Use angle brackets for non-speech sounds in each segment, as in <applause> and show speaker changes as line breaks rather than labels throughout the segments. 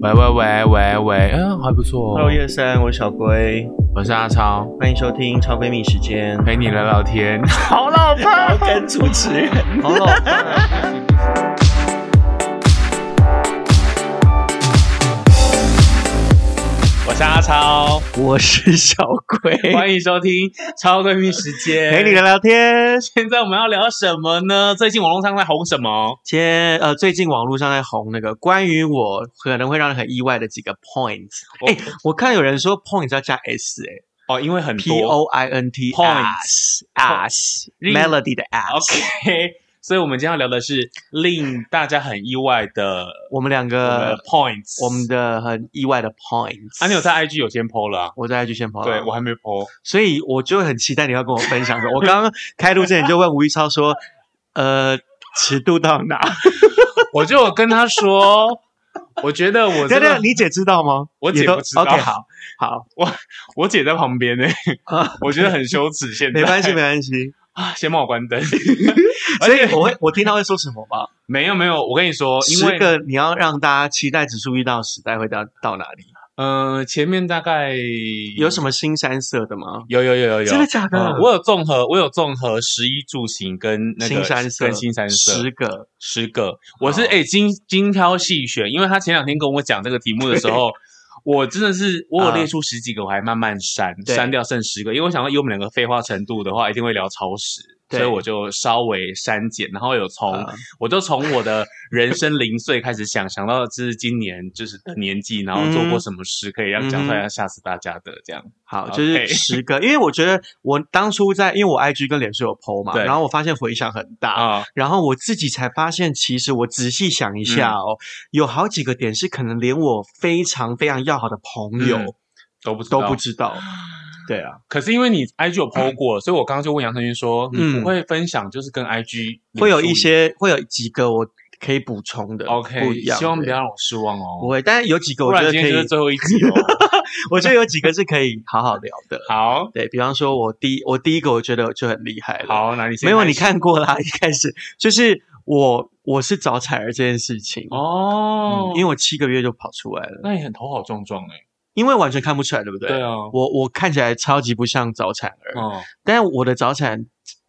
喂喂喂喂喂，嗯，还不错、
Hello，
哦。
叶三，我是小龟，
我是阿超，
欢迎收听超闺蜜时间。
陪你聊聊天。好老婆，
要跟主持人，好老派。
<laughs> 我是阿超，
我是小龟，
欢迎收听超闺蜜时间。
陪你聊聊
<laughs>
天。
现在我们要聊什么呢？最近网络上在红什么？
今天呃，最近网络上在红那个关于我可能会让人很意外的几个 point。
我
哎、我看有人说 point 要加 s 哎、
哦，因为很
p o i n t
Points
s s melody 的 s。
OK，所以我们今天要聊的是令大家很意外的
我们两
呃我们的
个
points。
我们的很意外的 points。
啊，你有在 IG 有先 PO 了啊、
我在 IG 先跑了。
对我还没 PO。
所以我就很期待你要跟我分享
<laughs>
的。我刚刚开录之前就问吴一超说， <laughs> 呃，尺度到哪？
我就有跟他 <laughs> 说，我觉得我
对
真
对，
的，
你姐知道吗？
我姐
也都
不知道
OK，好，好，
我姐在旁边呢、 <laughs>
啊
我觉得很羞耻。现在
没关系，没关系。
<laughs> 啊，先帮我关 <laughs> 灯。而
所以
且
我会，我听到会说什么吧？
没有没有，我跟你说， <laughs> 因
十
为
个你要让大家期待指数遇到时代会到到哪里？
呃，前面大概
有什
么？
么新三色的吗？
有有有有有，
真的假的
嗯我有综合，我有综合十一住行跟那个
新三色，
跟新三色
十个，
十个，我是
好
哎、精精挑细选，因为他前两天跟我讲这个题目的时候，我真的是我有列出十几个，我还慢慢删，
嗯对
删掉剩十个，因为我想到以我们两个废话程度的话，一定会聊超时，
对
所以我就稍微删减，然后有从、
啊
我就从我的人生零碎开始想，想到就是今年就是的年纪，然后
嗯
做过什么事可以让讲出来要吓死大家的这样，
好，
OK
就是十个。因为我觉得我当初在，因为我 IG 跟脸书有 PO 嘛，
对
然后我发现回响很大，
啊、
然后我自己才发现，其实我仔细想一
嗯
下哦，有好几个点是可能连我非常非常要好的朋友
嗯都不知道
都不知道。对啊，
可是因为你 IG 有 PO 过，所以我刚刚就问杨成军说，你
嗯
不会分享就是跟 IG
会有
连
一
续
些会有几个我可以补充的
OK，
不一样的。
希望不要让我失望
不
哦。
会，但是有几个
不
我觉
然
得
今
可
天就是
以，
最后一集哦。 <laughs>
我觉得有几个是可以好好聊的。
好
对比方说，我第我第一个我觉得就很厉害了。
好，那你先
没有
开始
你看过啦， <laughs> 一开始就是我我是早产儿这件事情，
哦
嗯，因为我七个月就跑出来了，
那你很头好壮壮哎。
因为完全看不出来，对不对？
对啊，
我我看起来超级不像早产儿，
哦，
但我的早产，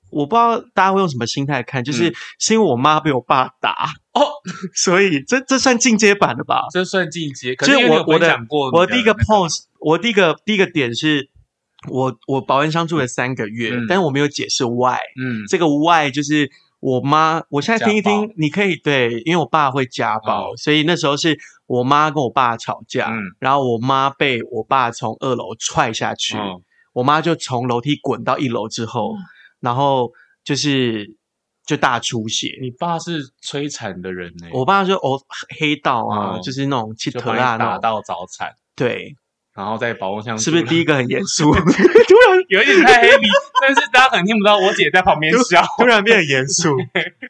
我不知道大家会用什么心态看，就是、
嗯
是因为我妈被我爸打
哦，
<laughs> 所以这这算进阶版的吧？
这算进阶。可
就是
因为你
我
有
我
分
的
享过
我
哦你的
第一个
那
pose，我第一个第一个点是。我我保温箱住了三个月，
嗯
但是我没有解释 why。
嗯，
这个 why 就是我妈，我现在听一
家
听，你可以对，因为我爸会家暴，所以那时候是我妈跟我爸吵架，
嗯
然后我妈被我爸从二楼踹下去，
嗯
我妈就从楼梯滚到一楼之后，然后就是就大出血。
你爸是摧残的人呢，
我爸就哦黑道啊，
嗯
就是那种气
就
头
把你
啦
打
那种，
到早产，
对，
然后在保温箱
是不是
煮了
第一个很严
<laughs>
肃？突然
有一点太 heavy，但是大家可能听不到，我姐在旁边
<laughs>
笑。
突然变得
<laughs>
严肃，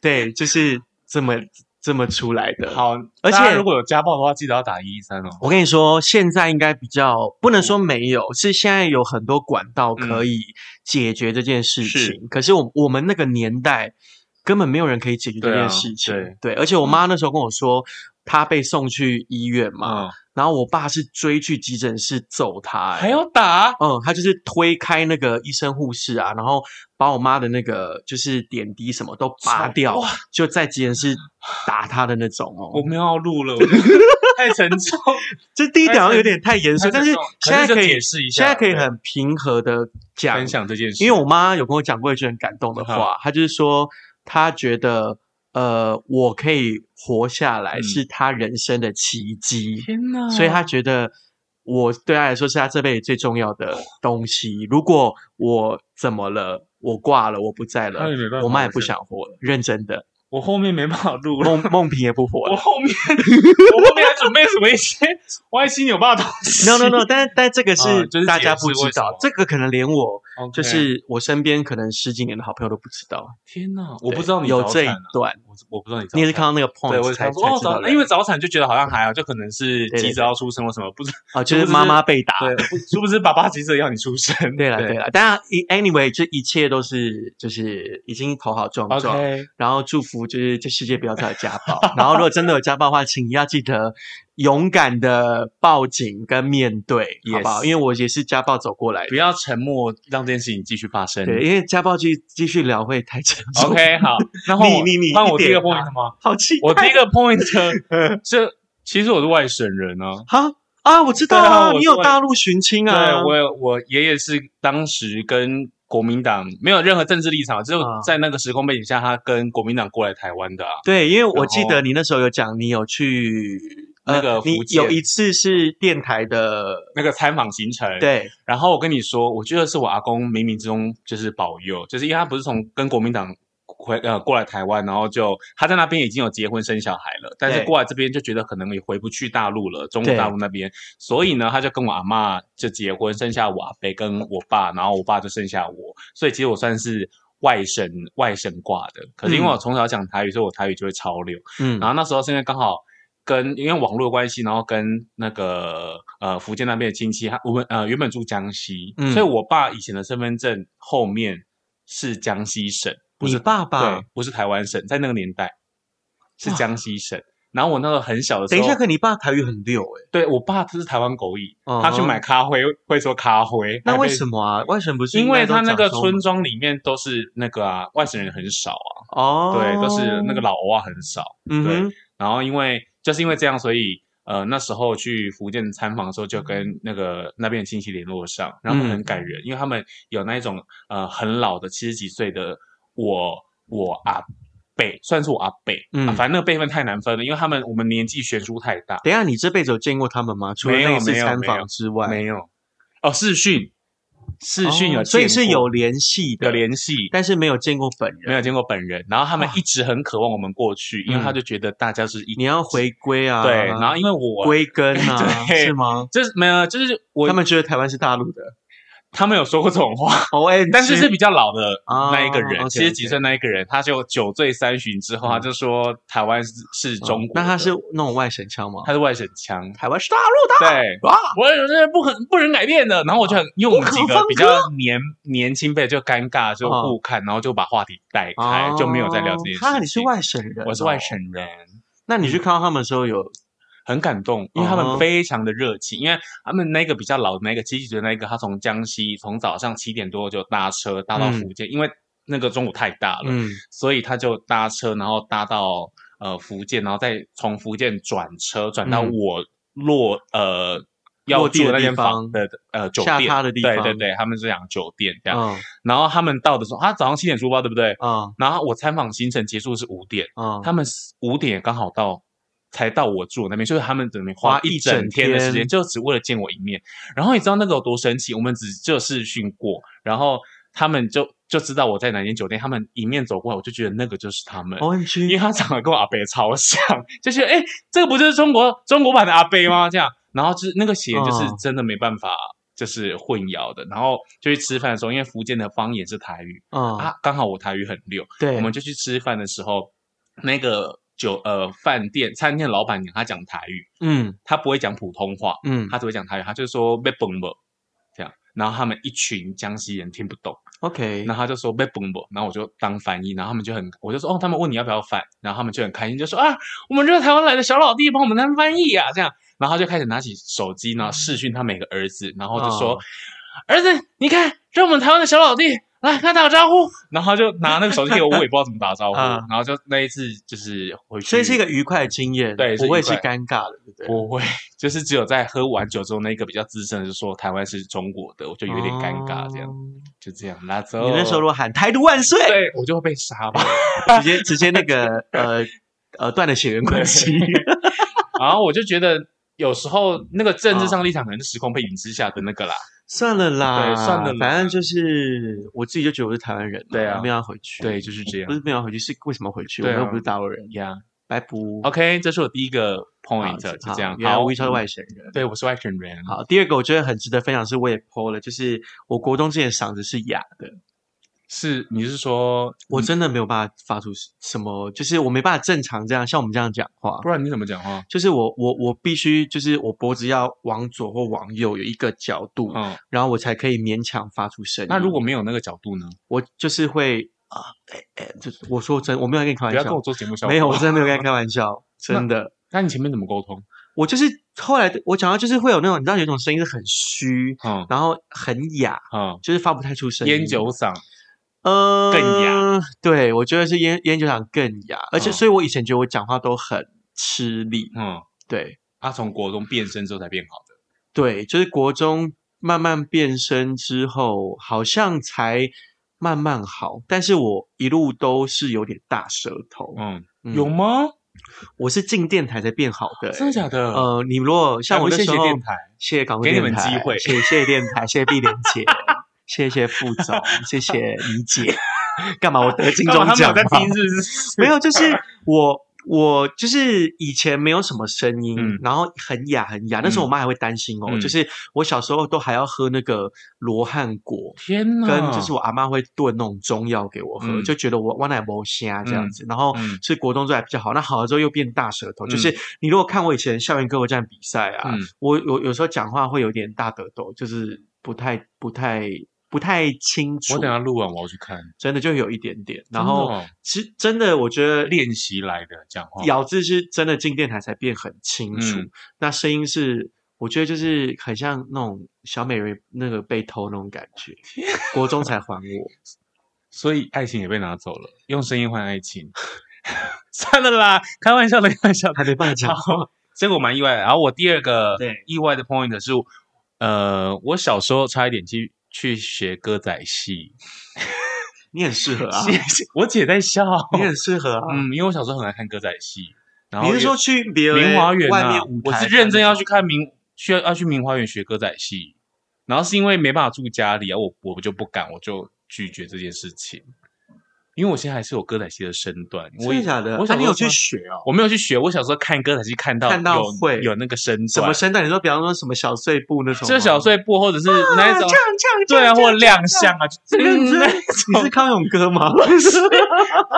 对，就是这么这么出来的。
好，
而且
大家如果有家暴的话，记得要打一一三哦。
我跟你说，现在应该比较不能
嗯
说没有，是现在有很多管道可以解决这件事情。
是
可是我我们那个年代根本没有人可以解决这
对啊
件事情。
对嗯
而且我妈那时候跟我说，她被送去医院嘛，
嗯，
然后我爸是追去急诊室揍她、欸，
还要打，
嗯，他就是推开那个医生护士啊，然后把我妈的那个就是点滴什么都拔掉
哇，
就在急诊室打她的那种哦。
我们要录了，我
<laughs>
太沉重。
这第一点好像有点太严肃，但是现在可
可
以
以解释一下，
现在可以
对
很平和的讲
分，享这件事，
因为我妈有跟我讲过一句很感动的话，她就是说她觉得呃我可以活下来
嗯
是她人生的奇迹，
天哪，
所以她觉得我对她来说是她这辈子最重要的东西。如果我怎么了，我挂了，我不在
她也
了。
没办法，
我妈也不，想活了，认真的，
我后面没办法录了。
梦 <laughs> 梦萍也不活
<laughs> 我
了。
后面，我后面还准备什么一些歪七扭八的东西
no no no，但但这个
啊
是
就是
大
解
家
释
不
为
知
什
道
么，
这个可能连我
<laughs> OK
就是我身边可能十几年的好朋友都不知道。
天哪，我
对
不知道你
有
早
这一
产啊
段，
我我不知道你早
你也是
产
看到那个 point
对，我
才
才
才
说哦
知道
早
的，
产，因为早产就觉得好像还好，就可能是
对对
急着要出生或什么，不知
啊，就
殊
是
不知
妈妈被打。
对，不 <laughs> 殊不知爸爸急着要你出生。
对了对了，当然一 anyway，这一切都是就是已经头好壮壮
OK，
然后祝福福就是这世界不要再有家暴。然后如果真的有家暴的话，请要记得勇敢的报警跟面对，好不好？
Yes
因为我也是家暴走过来
不
的。
要沉默，让这件事情继续发生。
对，因为家暴继继续聊会太沉重。
OK，好，那换我
你你你
换我
一
第一
点啊
个
吧
point 吗？
<laughs> 好气，
我第一个
<laughs>
point，这其实我是外省人啊。
啊啊，我知道
对啊
啊，
我
你有
说
大陆寻亲啊，
对，我有我爷爷是当时跟国民党没有任何政治立场，只有
啊
在那个时空背景下，他跟国民党过来台湾的啊。
对，因为我记
然
得你那时候有讲，你有去呃
那个
你
福建
有一次是电台的，
那个参访行程，，
对，
然后我跟你说，我觉得是我阿公冥冥之中就是保佑，就是因为他不是从跟国民党回呃过来台湾，然后就他在那边已经有结婚生小孩了，但是
对
过来这边就觉得可能也回不去大陆了，中国
对
大陆那边，所以呢，他就跟我阿嬷就结婚，生下我阿伯跟我爸，然后我爸就生下我，所以其实我算是。外省外省挂的，可是因为我
嗯
从小讲台语，所以我台语就会超溜。
嗯
然后那时候是因为刚好跟因为网络的关系，然后跟那个呃福建那边的亲戚，他我们呃原本住江西，
嗯
所以我爸以前的身份证后面是江西省，不
你
是
爸爸
对，，不是台湾省，在那个年代是
哇
江西省。然后我那时候很小的时
等
候，
一下，可你爸台语很溜哎，
对我爸他是台湾狗语，
嗯哼
他去买咖啡会说咖啡，
那为
么？
什么啊？外省不是应
因
该
为
都
他那
讲
个
中
村
文
庄里面都是那个啊，外省人很少啊，
哦，
对，都是那个，老欧啊很少。
嗯哼，
然后因为就是因为这样，所以呃那时候去福建参访的时候，就跟那个那边的亲戚联络上，然后他们很
嗯
感人，因为他们有那一种呃很老的七十几岁的我我阿伯，算是我阿伯，
嗯
啊反正那个辈分太难分了，因为他们我们年纪悬殊太大，
等一下，你这辈子有见过他们吗？除了
没有
那一次
没有
参
没有
访之外，
没有哦视讯视
哦
讯有见过、
所以是有联系
有
的，
联系，
但是没有见过本
没
人。
有见过本人，然后他们
哇
一直很渴望我们过去，因为他
嗯
就觉得大家是一
你要回归啊，
对，然后因为我
归根啊，
<laughs> 对
是吗？
就是没有，就是我
他们觉得台湾是大陆的
他们有说过这种话，
哦，哎，
但是
你
是比较老的
哦
那一个人，
，OK，
七十几岁那一个人，他就酒醉三巡之后，
嗯
他就说台湾是是中
嗯
国的，
那他是啊那种外省腔吗？
他是外省腔，
台湾是大陆的，
对。
啊，
我这不可不能改变的，然后我就很因为我们
哦不可
几个
分
比较年年轻辈就尴尬，就
哦
互看，然后就把话题带开，就没有再聊这件事情。
啊，你是外省人、哦
我是外省，嗯人，
那你去看到他们的时候有
很感动，因为他
哦
们非常的热情，因为他们那个比较老的那个七十岁的那个，他从江西从早上七点多就搭车搭到福建，因为那个中午太大了，
嗯
所以他就搭车，然后搭到呃福建，然后再从福建转车转到
嗯
我落、呃要
落
住
地
的
的
那
地
间房
方
的呃酒
下
店
榻的地
对对
方
对，他们是讲酒店这样。
嗯
然后他们到的时候，他早上七点出发，对不对？
嗯
然后我参访行程结束是五点，
嗯，
他们五点刚好到。才到我住的那边，就是他们等于花
花
一
一整
整天的时间，
天
就只为了见我一面。然后你知道那个有多神奇？我们只就视讯过，然后他们就就知道我在哪间酒店，他们一面走过来，我就觉得那个就是他们。
O M
因为
G，
他长得跟我阿伯超像，就是哎、诶这个不就是中国 <laughs> 中国版的阿伯吗？这样，然后就是那个血就是
嗯
真的没办法，就是混淆的。然后就去吃饭的时候，因为福建的方言是台语
嗯
啊，刚好我台语很溜，
对，
我们就去吃饭的时候，那个酒呃饭店餐厅的老板娘她讲台语，
嗯
她不会讲普通话，
嗯
她只会讲台语，她就说被崩了这样。然后他们一群江西人听不懂，
，OK，
然后他就说被崩了，然后我就当翻译，然后他们就很，我就说哦，他们问你要不要饭，然后他们就很开心，就说啊，我们这个台湾来的小老弟帮我们当翻译啊，这样，然后他就开始拿起手机，然后视讯他每个儿子，然后就说，
哦
儿子，你看，这是我们台湾的小老弟，来跟他打个招呼，然后就拿那个手机给我，我也不知道怎么打
<laughs>
招呼，
嗯
然后就那一次就是回去，
所以是一个愉快的经验，
对是
不会
愉
是
快
尴尬的，对不对？
不会， <laughs> 就是只有在喝完酒之后，那个比较资深的就说台湾是中国的，我就有点尴尬，这样、哦
哦
就这样拉走。
你那时候如果喊台独万岁，
对我就会被杀吧。
直接直接那个呃呃断了血缘关系，
然后我就觉得有时候那个政
啊
治上立场可能是时空背景之下的那个啦。
算了啦，
对算了啦
反正就是我自己就觉得我是台湾人嘛，
对啊
我没有要回去，
对，就是这样
不是没有要回去，是为什么回去？我
对啊哦
们又不是大陆人，
呀。
拜不。
OK，这是我第一个
好
point，就这样。
原来
好
吴一超是外省人。
对，我是外省人。
好，第二个我觉得很值得分享是，我也 PO 了，就是我国中之前嗓子是哑的，
是你是说嗯
我真的没有办法发出什么，就是我没办法正常这样像我们这样讲话，
不然你怎么讲话？
就是我我我必须就是我脖子要往左或往右有一个角度，
嗯，
然后我才可以勉强发出声音。
那如果没有那个角度呢？
我就是会啊，哎哎，就是我说真，我没有在跟你开
不
玩
要跟我
笑，
做节目效果。
没有，我真的没有跟
<laughs>
你开玩笑，真的。
那你前面怎么沟通？
我就是后来我讲到，就是会有那种你知道有一种声音是很虚，
嗯
然后很哑，
嗯，
就是发不太出声音。
烟酒嗓，
呃
更哑，
对我觉得是烟烟酒嗓更哑，而且
嗯
所以我以前觉得我讲话都很吃力，
嗯，
对
他从国中变身之后才变好的。
对，就是国中慢慢变声之后，好像才慢慢好，但是我一路都是有点大舌头，
嗯，
嗯
有吗？
我是进电台才变好的、
哦真的假的？
呃，你如果像我
哎
那
谢
时
谢
候，
电台，
谢谢港
给
台
你
电
们
台
机会
谢谢谢谢电台，谢谢碧莲姐， <laughs> 谢谢副总，谢谢李姐。 <laughs> 干嘛？我得金
干嘛他
钟奖
们有在
吗
听，是不是？
没有，就是我我就是以前没有什么声音，
嗯
然后很哑很哑。那时候我妈还会担心哦，
嗯
就是我小时候都还要喝那个罗汉果。
天哪！
跟就是我阿妈会炖那种中药给我喝，
嗯
就觉得我我奶不虾这样
嗯
子，然后
嗯
是国中之后还比较好，那好了之后又变大舌头，
嗯
就是你如果看我以前校园歌舞战比赛啊，
嗯
我有有时候讲话会有点大舌头，就是不太不太不太清楚
我，等下录完我要去看。
真的就有一点点。然
真的
后、
哦
其实真的我觉得
练习来的讲话，
咬字是真的进电台才变很清楚，
嗯
那声音是我觉得就是很像那种小美人那个被偷那种感觉，国中才还
<laughs>
我。
所以爱情也被拿走了，用声音换爱情。 <laughs> 算了啦，开玩笑的，开玩笑
<laughs>
的。
还没办法讲
然。后这个我蛮意外的。然后我第二个
对
意外的 point 是，呃，我小时候差一点去去学歌仔戏，
你很适合啊，
我姐在笑。
你很适合啊。
哦嗯，因为我小时候很爱看歌仔戏，然后
你是
也
说去别人
明华园
外
啊
面舞，
我
台
是认真
看
要去看明，需要要去明华园学歌仔戏，然后是因为没办法住家里啊，我我就不敢，我就拒绝这件事情，因为我现在还是有歌仔戏的身段，我
真
也
的假的？
我
那
小
你
时候
有去
穿
学哦？
我没有去学，我小时候看歌仔戏看到
看到
有
会
有那个身
什么
段，
身段？你说比方说什么小碎步那种吗？
就小碎步或者是那一
啊
种，
这样这样
对啊，或亮。
这样这样这样
相啊，就
这认
嗯
真，你是康永哥吗？不是，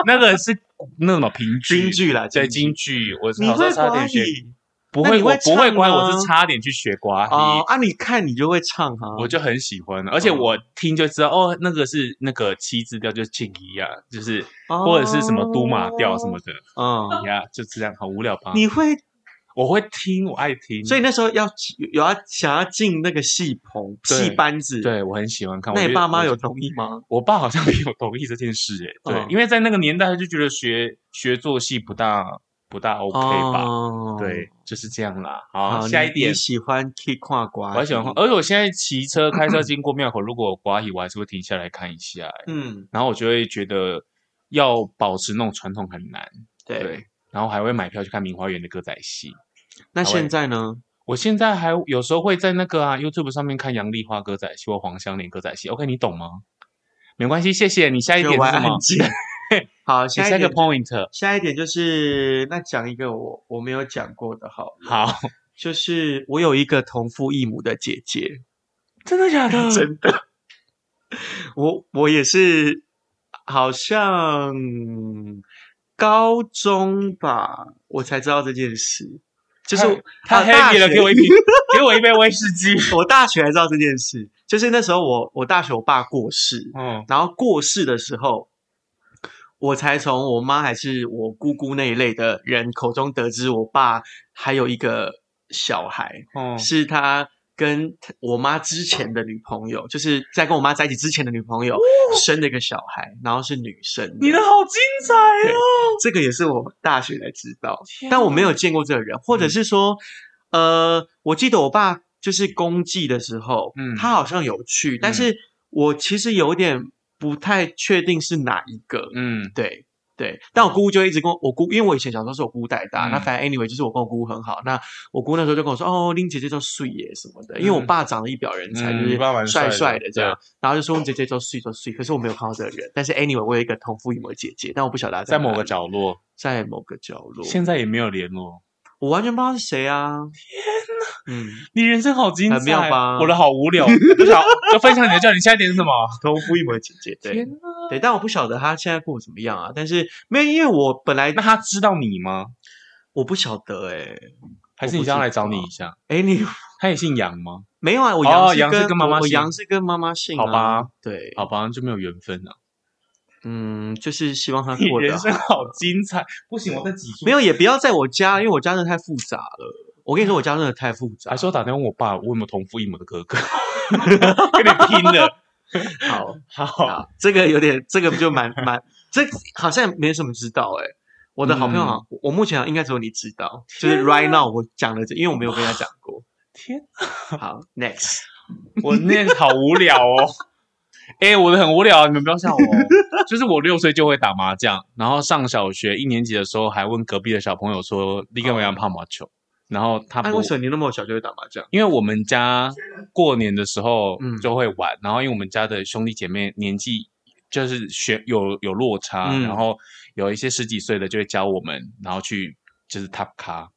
那那个是那什么评
<laughs> 京剧啦，
对
京
京剧，我
你
小时候
会
差
国
点学
语
不
那
会，
你
我
会
不会
唱
乖，我
吗
是差点去学瓜皮，
哦啊？你看你就会唱啊，
我就很喜欢了，而且
哦
我听就知道，哦，那个是那个七字调，就是庆一啊，就是
哦
或者是什么都马调什么的嗯
嗯，
呀，就是这样，很无聊吧？
你会，
我会听，我爱听，
所以那时候要有要想要进那个戏棚
对
戏班子，，
对我很喜欢看。我
那
觉
你
得
爸妈
我
有？同意吗？
我爸好像没有同意这件事，哎，对
嗯，
因为在那个年代他就觉得学学做戏不大不大 OK 吧？
哦
对，就是这样啦。
好，
好，哦下
你
一点
你。喜欢去跨瓜，
我还喜欢看，而且我现在骑车、开车经过庙口，如果有刮起，我还是会停下来看一下、哎
嗯，
然后我就会觉得要保持那种传统很难，
对。
然后还会买票去看明花园的歌仔戏。
那
好
现
欸
在呢？
我现在还有时候会在那个啊 YouTube 上面看杨丽花歌仔戏或黄香莲歌仔戏。OK，你懂吗？没关系，谢谢你。下一
就
点是
玩
什么
安？静。 <laughs> 好，
你
下
下
一
一个
点，
point
下一点就是，那讲一个我我没有讲过的，好，，
好，
就是我有一个同父异母的姐
<laughs>
姐，
真的假的
真的，我我也是，好像高中吧，我才知道这件事，就是我
他
啊大
happy 了，
学
给我一瓶，给我一杯威士
<laughs>
忌。
我大学才知道这件事，就是那时候我我大学我爸过世，
嗯
然后过世的时候，我才从我妈还是我姑姑那一类的人口中得知，我爸还有一个小孩，
嗯
是他跟他我妈之前的女朋友，就是在跟我妈在一起之前的女朋友生了一个小孩，然后是女生。
你的好精彩哦！
这个也是我大学才知道，
天
但我没
哪
有见过这个人，或者
嗯
是说，呃，我记得我爸就是公祭的时候，
嗯
他好像有去，但
嗯
是我其实有点不太确定是哪一个，
嗯
对对，但我姑姑就一直跟我我姑，因为我以前小时候是我姑姑带大，那
嗯
反正 anyway 就是我跟我姑姑很好，那我姑那时候就跟我说，哦，林姐姐叫睡耶什么的，因为我
嗯
爸长得一表人才，
嗯
就
你爸
是
蛮
帅
帅的
的啊这样，然后就说林姐姐叫睡叫睡，可是我没有看到这个人，但是 anyway 我有一个同父异母的姐姐，但我不晓得她
在
哪
某个
里
角落，
在某个角落，
现在也没有联络。
我完全不知道是谁啊，天呐，嗯，
你人生好精彩，
很妙吧
我的好无聊， <laughs> 就想就分享你的，叫你下一点是什么？ <laughs>
同父异母的姐姐，对
天哪！
对，但我不晓得她现在过得怎么样啊，但是没有，因为我本来
那他知道你吗？
我不晓得哎、欸，
还是你叫他来找你一下？
哎你。
他也姓杨吗？
没有啊，我
哦
杨
杨是
跟
跟妈妈
我我
姓
杨是跟妈妈姓、啊，
好吧？
对，
好吧，就没有缘分了。
嗯，就是希望
<laughs>
他
你
过得
人
好
生好精彩，不行，我再挤出
没有，也不要在我家，因为我家真的太复杂了。我跟你说，我家真的太复杂。
还说打电话问我爸，我有没有同父异母的哥哥， <laughs> 跟你拼了。
好，
好，
好这个有点，这个就蛮蛮，这好像没什么知道哎、我的好朋友好像，我目前应该只有你知道，就是
嗯天
right now 我讲了这，因为我没有跟他讲
<laughs>
过。
天，
好，next，
我念好无聊哦。哎、我的很无聊，你们不要笑我哦。就是我六岁就会打麻将，然后上小学一年级的时候还问隔壁的小朋友说：“你干嘛要泡麻球？”然后他
哎，
不
哦为，什么你那么小就会打麻将？
因为我们家过年的时候
嗯
就会玩，然后因为我们家的兄弟姐妹年纪就是学有有落差，
嗯
然后有一些十几岁的就会教我们，然后去就是 top 咖。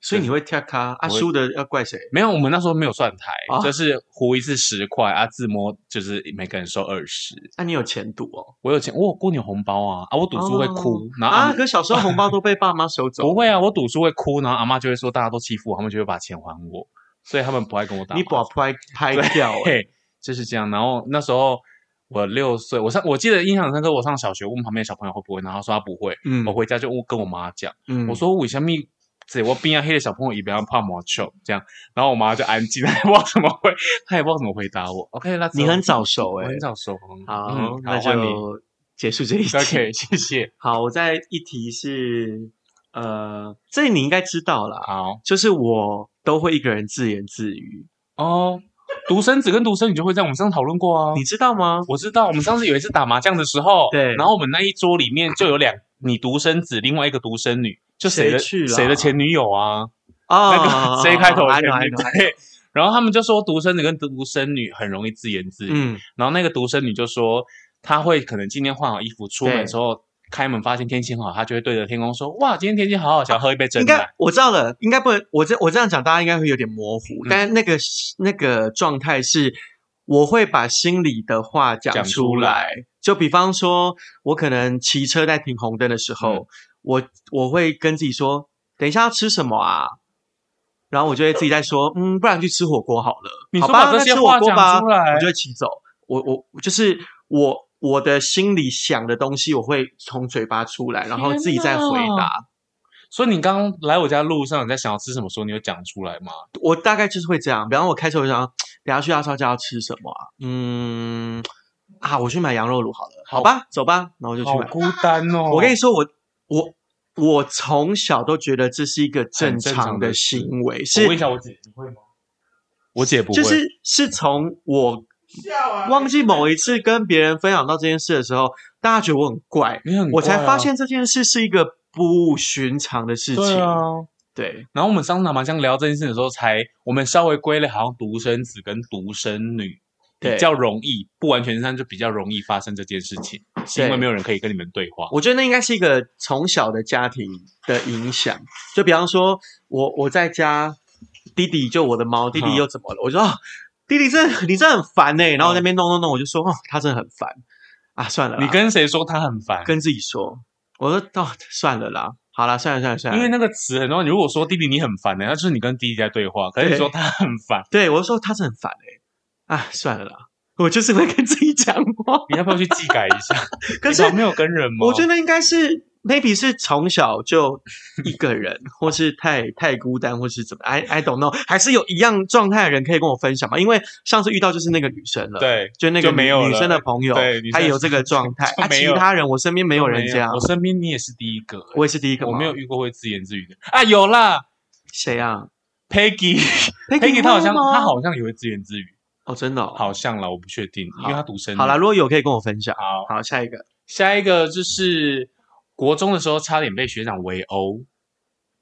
所以你会跳咖啊？
我会
输的要怪谁？
没有，我们那时候没有算台，
啊
就是胡一次十块啊，自摸就是每个人收二十。
啊，你有钱赌哦。
我有钱，我有过年红包啊啊！我赌输会哭，
哦
然后阿
啊，
嬷
可小时候红包都被爸妈收走。
不会啊，我赌输会哭，然后阿妈就会说大家都欺负我，他们就会把钱还我，所以他们不爱跟我打麻将。
你把拍拍掉哎、
对， <laughs> 就是这样。然后那时候我六岁，我上我记得印象很深刻，我上小学问旁边的小朋友会不会，然后他说他不会，
嗯
我回家就问跟我妈讲，
嗯
我说为什么？这我边上黑的小朋友也不要泡毛球这样，然后我妈就安静，她也不知道怎么回，她也不知道怎么回答我。OK，那
你很早熟
我
哎、
很早熟。
好，
嗯
那
好换你
就结束这一题。
OK，谢谢。
好，我再一题是，呃，这你应该知道啦，
好
就是我都会一个人自言自语，
哦，独生子跟独生女就会在我们上次讨论过啊。
你知道吗？
我知道，我们上次有一次打麻将的时候，
对
然后我们那一桌里面就有两你独生子，另外一个独生女，就谁的
谁去啦
谁的前女友啊，那
啊
个谁开头的
？I
前
know, I
女
know, I know
对。然后他们就说独生子跟独生女很容易自言自语，
嗯，
然后那个独生女就说她会可能今天换好衣服出
对
门之后。开门发现天气很好，她就会对着天空说：“哇，今天天气好好，想喝一杯真
应
奶。
该我知道了，应该不能，我这我这样讲，大家应该会有点模糊，
嗯
但那个那个状态是，我会把心里的话讲
讲
出
出
来，就比方说，我可能骑车在停红灯的时候，
嗯
我我会跟自己说，等一下要吃什么啊？然后我就会自己在说，嗯，不然去吃火锅好了，
你
好
说
吧，
把这
那
些
吃火
话
锅
讲
吧，
出来
我就会骑走。我我就是我我的心里想的东西，我会从嘴巴出来，然后自己再回
天哪
答。
所以你刚刚来我家路上，你在想要吃什么时候，你有讲出来吗？
我大概就是会这样，比方我开车我就想，等下去阿超家要吃什么啊？嗯，啊，我去买羊肉炉好了，好吧，走吧，然后我就去
好
买。
孤单哦！
我跟你说，我我我从小都觉得这是一个正
很正
常
常
的
的事
行为，
我
是
问一下我姐，你会吗？我姐不会，
就是是从我忘记某一次跟别人分享到这件事的时候，大家觉得我很怪，
你很
我
怪
才
啊
发现这件事是一个不寻常的事
对
情。
啊。
对
然后我们上次打麻将聊这件事的时候才，我们稍微归类，好像独生子跟独生女
对
比较容易，不完全上就比较容易发生这件事情，是因为没有人可以跟你们对话。
我觉得那应该是一个从小的家庭的影响。就比方说，我我在家，弟弟就我的猫，弟弟
嗯
又怎么了？我就说、哦、弟弟真的你真的很烦呢、然后在那边弄弄弄，我就说哦，他真的很烦啊，算了啦，
你跟谁说他很烦？
跟自己说，我说哦，算了啦，好啦，算了算了算了，
因为那个词很重要。你如果说弟弟你很烦的、那就是你跟弟弟在对话；可是你
对
说他很烦，
对我就说他真的很烦哎、啊，算了啦，我就是会跟自己讲话。
你要不要去技改一下？
可是
你没有跟人吗？
我觉得应该是 maybe 是从小就一个人， <laughs> 或是太太孤单，或是怎么？I I don't know，还是有一样状态的人可以跟我分享吗？因为上次遇到就是那个女生了，，
对，
就那个
就没有
女女
了
生的朋友，
对女生
她也有这个状
<laughs>
态。
就
啊，
没
其
有
他人我身边没有人这样
我，身边你也是第一个、欸
我也是第一个吗。
我没有遇过会自言自语的啊，有啦
谁啊
，Peggy。Peggy 他好像他好像也会自言自语，
哦，真的哦
好像啦，我不确定，因
好
为他独生女。
好啦，如果有可以跟我分享。
好，
好，下一个
下一个就是国中的时候差点被学长围殴。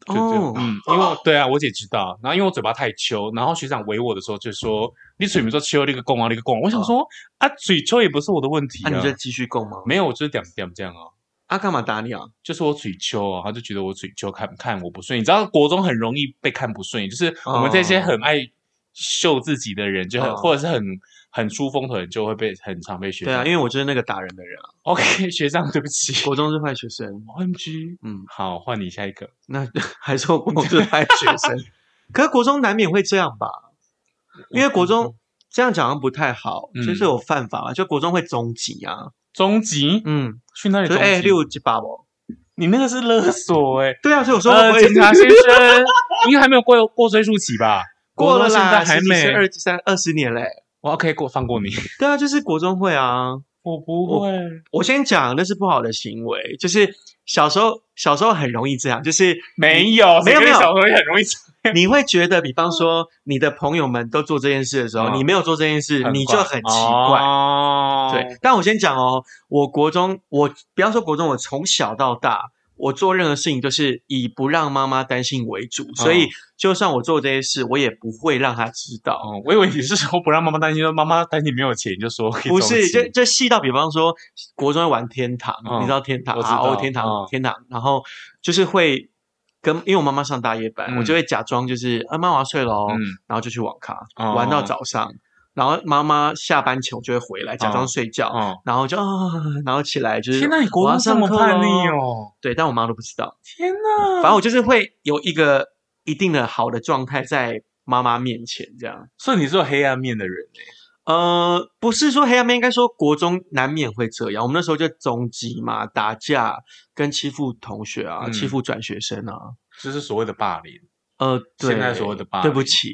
就
哦
就嗯，因为我对啊，我姐知道，然后因为我嘴巴太秋，然后学长围我的时候就说：“你嘴没说秋那个供啊，那个供。”我想说啊，嘴秋也不是我的问题
那
啊
哦你，就继续供吗？
没有，我就是点点这样啊，
啊，干嘛打你啊？
就是我嘴秋啊，他就觉得我嘴秋看看我不顺眼，你知道国中很容易被看不顺眼，就是我们这些很爱秀自己的人，就很、
哦
或者是很很出风头的人，就会被很常被学
对
长
啊，因为我就是那个打人的人啊，
OK，学 <laughs> 长，对不起。
国中是坏学生。
OMG，
嗯，
好，换你下一个。
那 <laughs> 还说我是坏
<laughs>
学生，可是国中难免会这样吧？因为国中这样讲好像不太好，
嗯
就是有犯法嘛，就国中会终极啊，
终极
嗯，
去那里
说
终
哎
极，
六级八哦，
你那个是勒索
<laughs>
哎、
对啊，所以我说
呃，
我
警察先生，应该还没有过过追溯期吧？
过了
国中到现
啦，
在还没。
二级三二十年嘞，
我 OK 过放过你，
对啊，就是国中会啊，
我不会。
我先讲，那是不好的行为，就是小时候小时候很容易这样，
<laughs>
就是
没有，
没有
谁跟
没有
小何也很容易吵。
你会觉得，比方说你的朋友们都做这件事的时候，
嗯
你没有做这件事，你就很奇怪。
哦、
对，，但我先讲哦，我国中我不要说国中，我从小到大，我做任何事情都是以不让妈妈担心为主，
嗯
所以就算我做这些事，我也不会让她知道。
哦，我以为你是说不让妈妈担心，说妈妈担心没有钱，你就说可以
不
走
是，
起
这这细到比方说，国中会玩天堂，
嗯
你知道天堂
我知道
RO 天堂、
嗯
天堂，然后就是会跟，因为我妈妈上大夜班，
嗯
我就会假装就是啊妈我要睡了哦，然后就去网咖、
嗯
玩到
哦
早上，然后妈妈下班前我就会回来假装睡觉，
哦，
然后就啊，然后起来就是
天哪，你国
我要
中这
上
么
课
叛逆
咯，
哦！
对，但我妈都不知道，
天哪，
反正我就是会有一个一定的好的状态在妈妈面前这样。
所以你是有黑暗面的人欸
呃，不是说黑暗面，应该说国中难免会这样。我们那时候就总集嘛，打架跟欺负同学啊，
嗯
欺负转学生啊。
就是所谓的霸凌。
呃，对，
现在所谓的霸
对不
凌 <laughs>
起，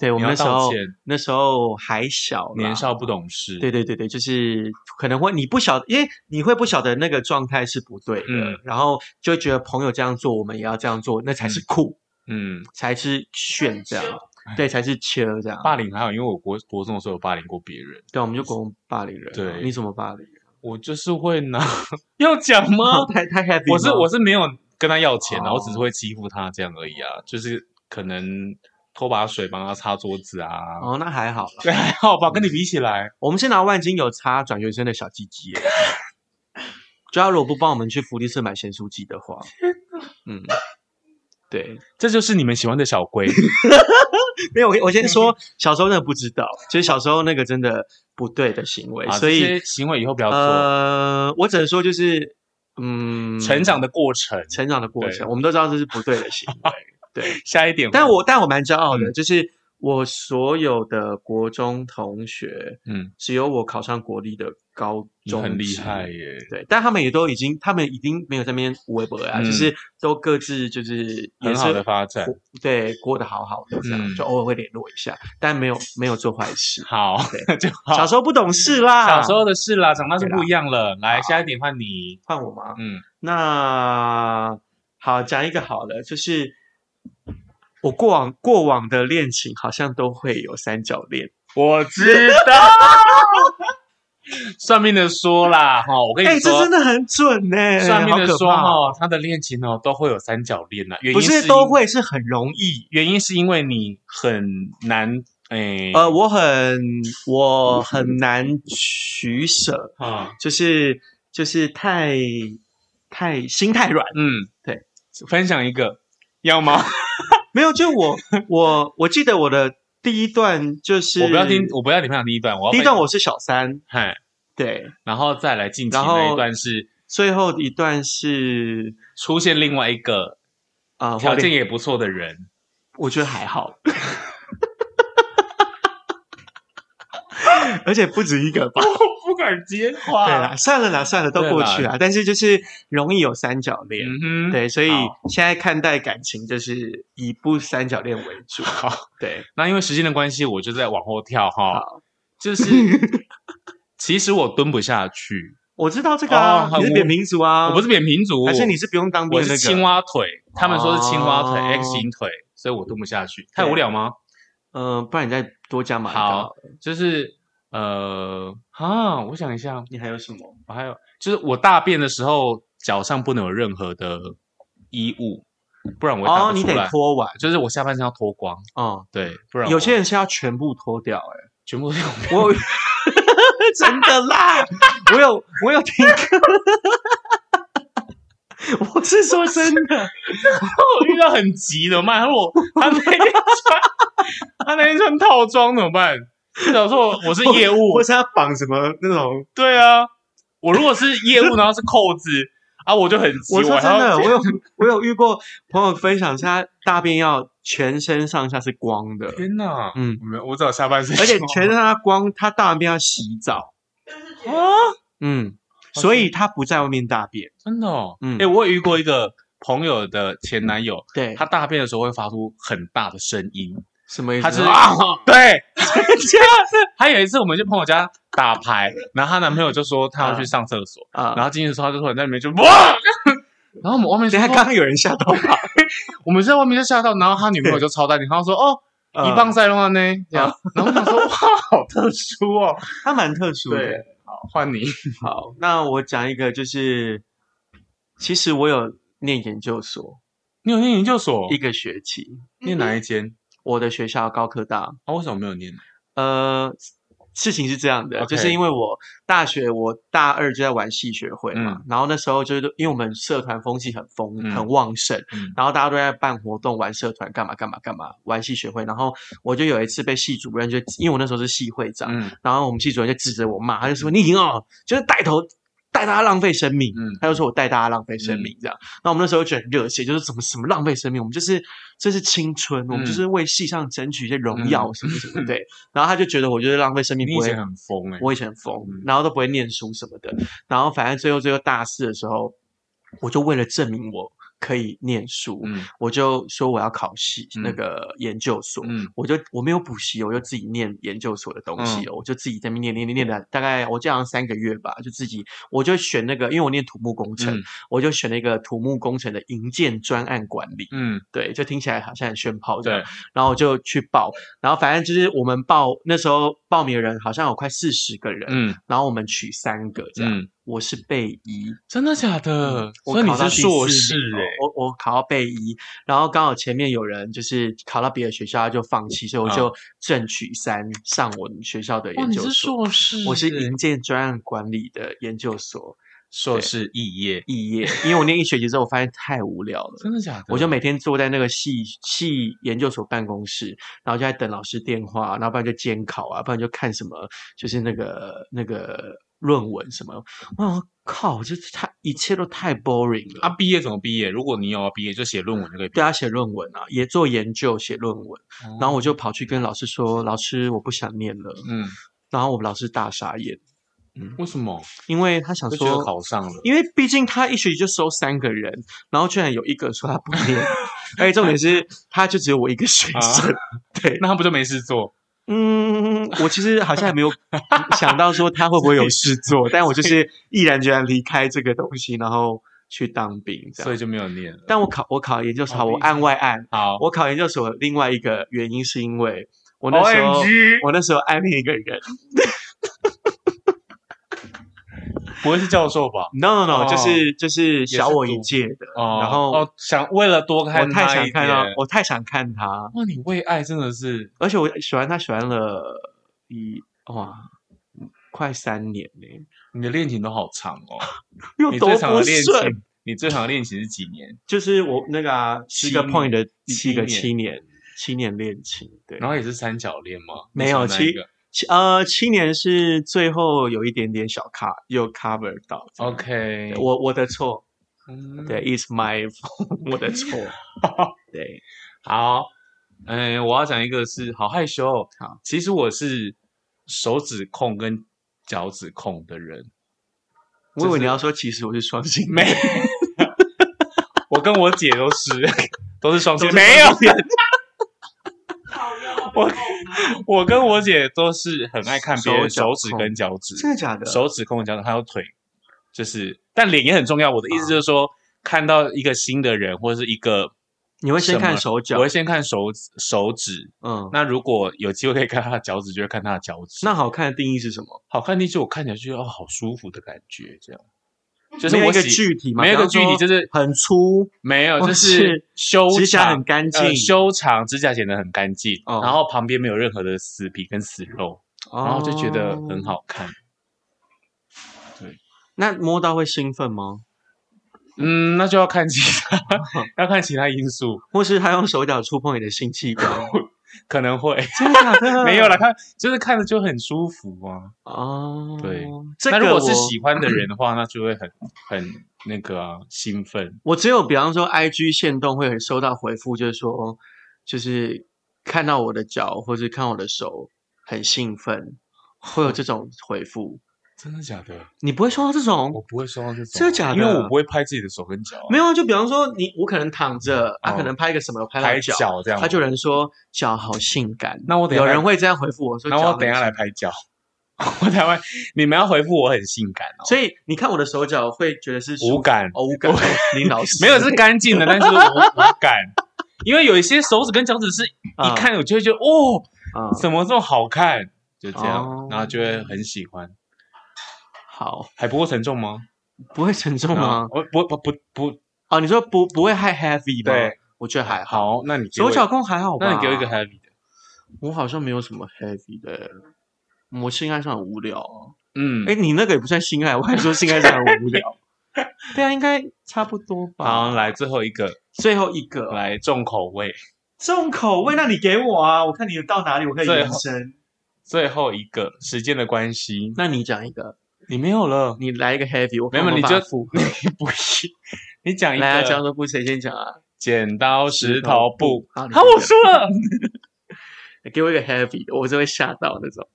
对我
你
们那
要
时
道
候
歉
那时候还小啦，
年少不懂事。
对对对对，就是可能会你不晓因为你会不晓得那个状态是不对的，
嗯
然后就会觉得朋友这样做，我们也要这样做，那才是酷，
嗯，
才是炫，这样，
哎
对，才是切这样。
霸凌还好，因为我国国中的时候有霸凌过别人，
对，我们就国中霸凌人啊。
对
你怎么霸凌人？？
我就是会拿 <laughs> 要讲吗
<laughs>
哦
太太
<laughs>
happy
我是
吗
我是没有跟他要钱啊，
哦
我只是会欺负他这样而已啊，就是可能偷把水帮他擦桌子啊，
哦，那还好啦。
对，还好吧，跟你比起来，
我们是拿万金油擦转学生的小鸡鸡耶。就要如果不帮我们去福利社买咸酥鸡的话，嗯，对，
这就是你们喜欢的小龟。
没有，我我先说，小时候真的不知道，其实小时候那个真的不对的行为，
啊
所
这
以
些行为以后不要做。
呃，我只能说就是，嗯，
成长的过程，
成长的过
对
程，我们都知道这是不对的行为，
<laughs>
对，
下一点，
但我但我蛮骄傲的，
嗯
就是我所有的国中同学，
嗯，
只有我考上国立的高
你
中，
很厉害。耶，
对，但他们也都已经，他们已经没有在那边无微不啊，
嗯
就是都各自就是也
很
是
好的发展。
过对过得好好的这样，
嗯
就偶尔会联络一下，但没有没有做坏事。
好，
对
<laughs> 就好。
小时候不懂事啦，
小时候的事啦，长大是
对啦
不一样了。来，下一点换你，
换我吗？
嗯，
那好，讲一个好了，就是我过往过往的恋情好像都会有三角恋。
我知道。 <laughs> 算命的说啦，哈，我跟
哎、
你
这
说
真，的很准呢、
算命的
好可
说
怕哦，
哦，他的恋情哦都会有三角恋呐，原因
不
是
是
因
都，会是很容易。
原因是因为你很难，哎，
呃，我很我很难取舍，
啊，
就是就是太太心太软。
嗯，
对，
分享一个，要吗？
没有，就我我我记得我的第一段就是
我不要听，我不要你分享第一段，我要
第一
分
段我是小三，
嗨，
对，
然后再来近期
然后
那一段是
最后一段是
出现另外一个
啊，
条
我
件
脸
也不错的人，
我觉得还好， <laughs> 而且不止一个吧。
不敢接话
对啊啦，算了啦，算了，都
对
过
啦
去啦。但是就是容易有三角恋，
嗯哼，
对，所以
好
现在看待感情就是以不三角恋为主。
好，
对，
那因为时间的关系，我就再往后跳哈，
好，
就是
<laughs>
其实我蹲不下去，
我知道这个啊
哦，好
你是
我
扁平足啊，
我不是，扁平足，
还是你是不用当兵
我
的那
是青
个？
蛙腿，他们说是青蛙腿
哦
X 型腿，所以我蹲不下去，太
对
无聊吗？
嗯，不然你再多加码一个
好
好了。
就是呃啊，我想一下，
你还有什么？
我还有就是我大便的时候脚上不能有任何的衣物，不然我会
哦
大，不
你
出来。
得脱完
就是我下半身要脱光，
哦。
对，不然
有
我
些人是要全部脱掉，哎，
全部都
<laughs>
有。
我真的啦，我有我有听过，我是说真的，
我遇到很急的，妈，他说我他那天穿他那天穿套装怎么办？想说我我是业务
或，是要绑什么那种
对啊，我如果是业务，然后是扣子啊，我就很急，
我说真
还要
的，哦我有我有遇过朋友分享，是他大便要全身上下是光 <laughs> 的，
天哪，
嗯，
没有，我只有下半身，
而且全身上下光，他大便要洗澡，
啊。
嗯，所以他不在外面大便。
真的哦，
嗯
嗯，哎，我有遇过一个朋友的前男友，
对，
他大便的时候会发出很大的声音，
什么意思？
他是
啊，
<laughs> 对，还有一次我们去朋友家打牌，然后她男朋友就说他要去上厕所，
啊
然后进去的时候他就突然在里面就哇， <laughs> 然后我们外面
等一
说
下刚刚有人吓
<laughs>
到吧？
我们在外面就吓到，然后他女朋友就超淡定，他说哦。
嗯
一棒赛的话呢，这
啊
样，然后我想
<laughs>
说，哇，好特殊哦。
他蛮特殊的。
对，好，换你。
好，那我讲一个，就是其实我有念研究所
你有念研究所？
一个学期，
嗯念哪一间？
我的学校高科大，
啊，为什么没有念？
呃，事情是这样的
OK
就是因为我大学我大二就在玩系学会嘛，
嗯
然后那时候就是因为我们社团风气很丰、
嗯
很旺盛，
嗯
然后大家都在办活动、玩社团、干嘛干嘛干嘛，玩系学会。然后我就有一次被系主任就因为我那时候是系会长，
嗯
然后我们系主任就指着我骂，他就说：“你已经哦，就是带头。”带大家浪费生命，
嗯
他就说我带大家浪费生命这样。那、我们那时候就很热血，就是怎么什么浪费生命，我们就是这是青春，我们就是为系上争取一些荣耀
嗯
什么什么。对，然后他就觉得我就是浪费生命，
你以
不会
前很疯哎。
我以前很疯
嗯，
然后都不会念书什么的，然后反正最后最后大四的时候，我就为了证明我可以念书，
嗯
我就说我要考系、
嗯
那个研究所。
嗯
我就我没有补习，我就自己念研究所的东西哦，我就自己在那边念念念念了大概我这样三个月吧，就自己我就选那个，因为我念土木工程，
嗯
我就选了一个土木工程的营建专案管理，
嗯，
对，就听起来好像很炫炮这样
对。，
然后我就去报，然后反正就是我们报那时候报名的人好像有快四十个人，
嗯
然后我们取三个这样。
嗯，
我是备一，
真的假的？
我
所以你
考到
是
第四
硕
名
士
哦
哎。
我我考到备一，然后刚好前面有人就是考到别的学校他就放弃，所以
嗯
我就正取三上我们学校的
哇，
研
你
究
是
所。
硕士？欸
我是营建专案管理的研究所
硕士肄业，
毕业，因为我念一学期之后，我发现太无聊了，
真的假的？
我就每天坐在那个系系研究所办公室，然后就在等老师电话，然后不然就监考啊，不然就看什么，就是那个那个论文什么。我想说靠，这太一切都太 boring 了。
啊，毕业怎么毕业？如果你有要毕业，就写论文就可以毕
对
业。
啊，写论文啊，也做研究，写论文。然后我
就
就跑去跟老师说：“老师，我不想念了。
嗯，”
然后我们老师大傻眼，
为什么？
因为他想
就觉得
说，
考上了。
因为毕竟他一学期就收三个人，然后居然有一个说他不
<laughs>
念，而且重点是他就只有我一个学
啊
生，对，
那他不就没事做？
<laughs> 嗯，我其实好像也没有想到说他会不会有事做，但我就是毅然决然离开这个东西，然后去当兵这
所
样。
以就没有念了。
但我考我考研究所，
哦
我
理解
案外案，
好
我考研究所另外一个原因是因为我那时候我那时候暗恋一个人
不会是教授吧？
，no no no，、
哦
就是就是小我一届的，
<laughs> 哦，
然后
哦，想为了多
我
看
太
他
想
一
看到
点，
我太想看他，
哇，你为爱真的是
而且我喜欢他喜欢了一哇快三年呢、
你的恋情都好长 <laughs> 哦。
又
你
多
最长
不
的恋
顺。
情，你最长的恋情是几年？
就是我那个啊，十个
七
point 的七
七
个
年
七年七年恋情，对，
然后也是三角恋吗？
没有
你喜欢哪一
其
个
七呃七年是最后有一点点小卡有 cover 到这样
，OK，
对我我的错，
嗯
对，is my <laughs> 我的
<laughs>
错，对，
好，嗯、我要讲一个是好害羞、哦。
好，
其实我是手指控跟脚趾控的人，
我以
就
为
是
你要说其实我是双性 <laughs>
没， <laughs> 我跟我姐都是都是双性
都，是
没有
双性
人。我我跟我姐都是很爱看别人手
手脚
指
控
跟脚趾，
真的假的？
手指控脚趾还有腿，就是但脸也很重要。我的意思就是说，
啊
看到一个新的人或者是一个。
你会
什
先
么
看手脚
我会，先看手手指，
嗯，
那如果有机会可以看他的脚趾，就会看他的脚趾。
那好看的定义是什么？
好看进去，我看起来就觉得哦，好舒服的感觉，这样。就是
嗯没有
我
一个
喜
具体嘛，
没有一
比
个
方
具体，
说
就是
很粗，
没有，
或
就是
是
修
指甲
长
很干净
呃，修长，指甲剪得很干净，
哦
然后旁边没有任何的死皮跟死肉，然后就觉得很
哦。
好看。
那摸到会兴奋吗？
嗯，那就要看其他，
哦
<laughs> 要看其他因素，
或是他用手脚触碰你的性器
<laughs>
官，
可能会
真的假的
没有啦，看就是看着就很舒服啊。
哦。
对，
这
那
个
如果是
我
喜欢的人的
<coughs>
话，那就会很很那个啊兴奋。
我只有比方说，IG 限动会收到回复，就是说，哦就是看到我的脚或是看我的手很兴奋，会有这种回复。
真的假的？
你不会收到这
我
种，
不会收到这种，
真的假的
因为我不会拍自己的手跟脚啊，
没有啊？就比方说你，我可能躺着，他、
哦
可能拍一个什么，我拍到
拍
脚，
脚这样，
他就有人说脚好性感。
那我等一下
有
来
人会这样回复我说，
然后我等一
一
下来。拍脚。我台湾，你们要回复我很性感哦，
所以你看我的手脚会觉得是
无感
哦无感，林老师
<laughs> 没有是干净的，但是无 <laughs> 无感，因为有一些手指跟脚趾是一
啊
看我就会觉得哦，
啊、
怎么这么好看，就这
哦
样，然后就会很喜欢。
好，
还不够沉重吗？啊
不会沉重吗？
我不不不不，
哦，你说不不会太 heavy 吗？
对，
我觉得还好。
好，那你给我
手脚，控还好吧？
那你给我一个 heavy 的，
我好像没有什么 heavy 的，我性爱上很无聊啊。
嗯
哎、，你那个也不算性爱，我还说性爱上很无 <laughs> 聊。对啊，应该差不多吧。
好，来最后一个，
最后一个
来重口味，
重口味，那你给我啊，我看你到哪里我可以
最
延
后
伸。
最后一个时间的关系，
那你讲一个，
你没有了，
你来一个 heavy，我
没
看
有，
我
你
把
就
它符合
你不是，你讲一
来啊，
个，
江都不谁先讲啊？
剪刀石头布。
好，你
好，
给
我
一个
输了。
给我一个 heavy，的我是会吓到那种，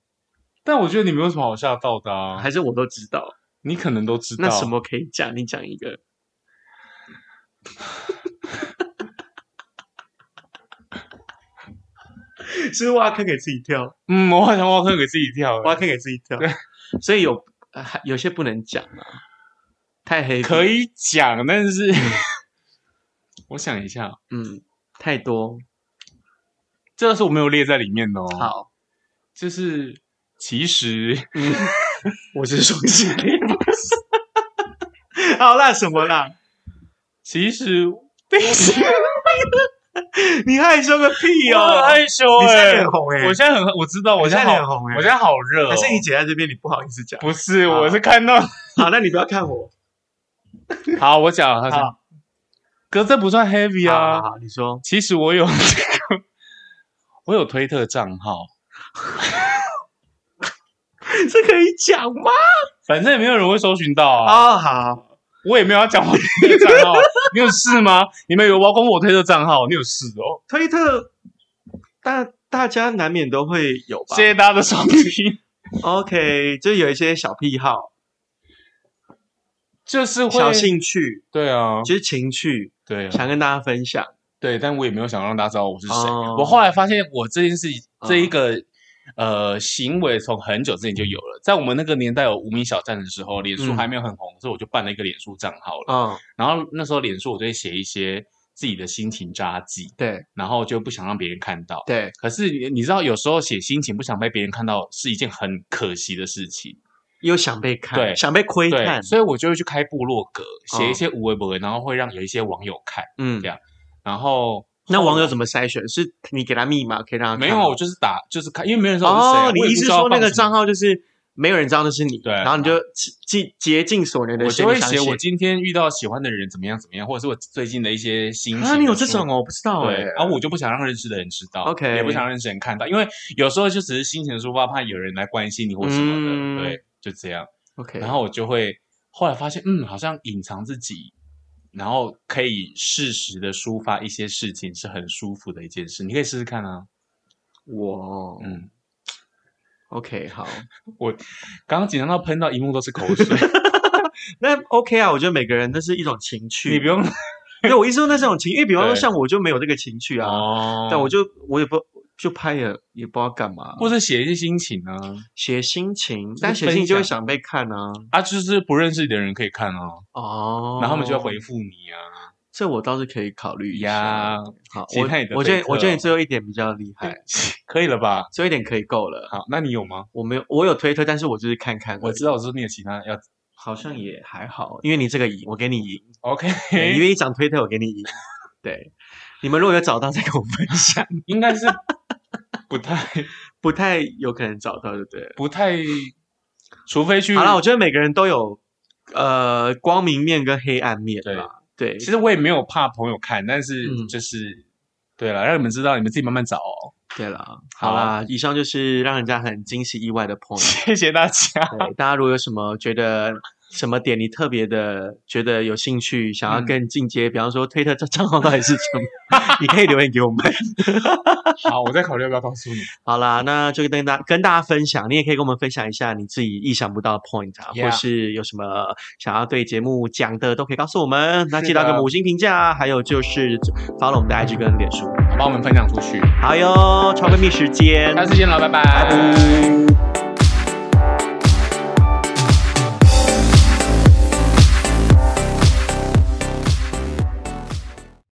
但我觉得你没有什么好吓到的啊
还，是我都知道。
你可能都知道。
那什？么可以讲？你讲一个。 <laughs> 是不是挖坑给自己跳，
嗯，我好想挖坑给自己跳。
挖坑给自己跳， <laughs> 所以有呃还有些不能讲啊，太黑，
可，以讲，但 <laughs> 是我想一下，
嗯，太多。
这个是我没有列在里面的哦。，
好，
就是其实
嗯， <laughs> 我是双性 <laughs> 恋，好啦，什么 <laughs> 啦？
其实等一下，
你害羞个屁
我很
哦！
害羞
你现在
哎
脸。红哎、
我现在很，我知道，我
你
现在
现在
好
脸，红哎、
我现在好热哦。
还是你姐在这边，你不好意思讲。
不是，
啊
我是看到。
好，那你不要看我。
好，我讲，他是，
好
哥，这不算 heavy
好
啊。
好，好你说。
其实我有这个，我有推特账号，
<laughs> 这可以讲吗？
<laughs> 反正也没有人会搜寻到啊。
哦，好，
我也没有要讲我推特 <laughs> 账号，你有事吗？你们有挖空我推特账号，你有事哦？
推特大大家难免都会有吧
谢谢大家的收听，
？OK，就有一些小癖好、
<laughs> 就是会
小兴趣，
对啊，
就是情趣，
对啊，
想跟大家分享。
对，但我也没有想让大家知道我是谁。
哦
我后来发现，我这件事情
哦
这一个。呃，行为从很久之前就有了，在我们那个年代有无名小站的时候，脸书
嗯
还没有很红，所以我就办了一个脸书账号了。
嗯，
然后那时候脸书我就会写一些自己的心情札记，
对
然后就不想让别人看到。
对，
可是你你知道，有时候写心情不想被别人看到是一件很可惜的事情，
又想被看，
对
想被窥
对，
探，
所以我就会去开部落格，写
哦
一些无为不为，然后会让有一些网友看，
嗯
对，啊然后
那网友
么
怎么筛选？是你给他密码可以让他
没
看
有？
吗
我就是打就是看，因为没人知道我是谁啊、
哦，你
我也
意
不
思
知道
说那
放
个
什么
账号就是没有人知道那是你，
对
然后你就竭竭尽所能的
我
写
就
你
会
想
写我
写。
今天遇到喜欢的人怎么样怎么样，或者是我最近的一些心情。
啊，你有这种？哦，我不知道哎、
对，然后我就不想让认识的人知道
OK
也不想让认识人看到，因为有时候就只是心情的抒发，怕有人来关心你或什么的，
嗯
对，就这样。
OK，
然后我就会后来发现，嗯，好像隐藏自己，然后可以适时的抒发一些事情是很舒服的一件事，你可以试试看啊。
我
嗯，
OK 好，
刚刚紧张到喷到一幕都是口
<laughs>
水，
那 OK 啊，我觉得每个人那是一种情趣，
你不用
对我意思说那是一种情，因为比方说
对
像我就没有这个情趣
<laughs>
啊，
哦
但我就我也不就拍也也不知道干嘛，
或者写一些心情啊，
写心情，
是
但写心情就会
分
想被看啊，
啊，就是不认识你的人可以看啊，
哦，
然后他们就会回，复你啊，
这我倒是啊可以考虑一下。
呀，
好，
期
我
待你的
我觉
推
得
特
我觉得
哦
你最后一点比较厉害，
可以了吧？
最后一点可以够了。
好，那你有吗？
我没有，我有推特，但是我就是看看而已，
我知道，我说你有其他要
好像也还好，因为你这个赢，我给你赢，
<laughs> OK，
对你愿意讲推特，我给你 <laughs> 赢。对，你们如果 <laughs> 有找到再跟我分享，
应该是不太
不太有可能找到，对不对？
不太，除非去。
好了，我觉得每个人都有呃光明面跟黑暗面
对
吧。对，
其实我也没有怕朋友看，但是
嗯
就是、对了，让你们知道，你们自己慢慢找哦。 <laughs>
对了，好啦，以 <laughs> 上就是让人家很惊喜意外的 point。
谢谢大家，
对，大家如果有什么觉得什么点你特别的觉得有兴趣，想要更进阶？比方说推特这账号到底是什 <laughs> 么？你可以留言给我们。
好，我再考虑要不要告诉你。
好啦，那就跟大跟大家分享，你也可以跟我们分享一下你自己意想不到的 point 啊
Yeah
或是有什么想要对节目讲的，都可以告诉我们。那
是
记得给我们
的
五星评价啊，还有就是 follow 我们的 IG 跟脸书。
帮我们分享出去。
好哟，超闺蜜时间，
下次见了，拜拜
拜拜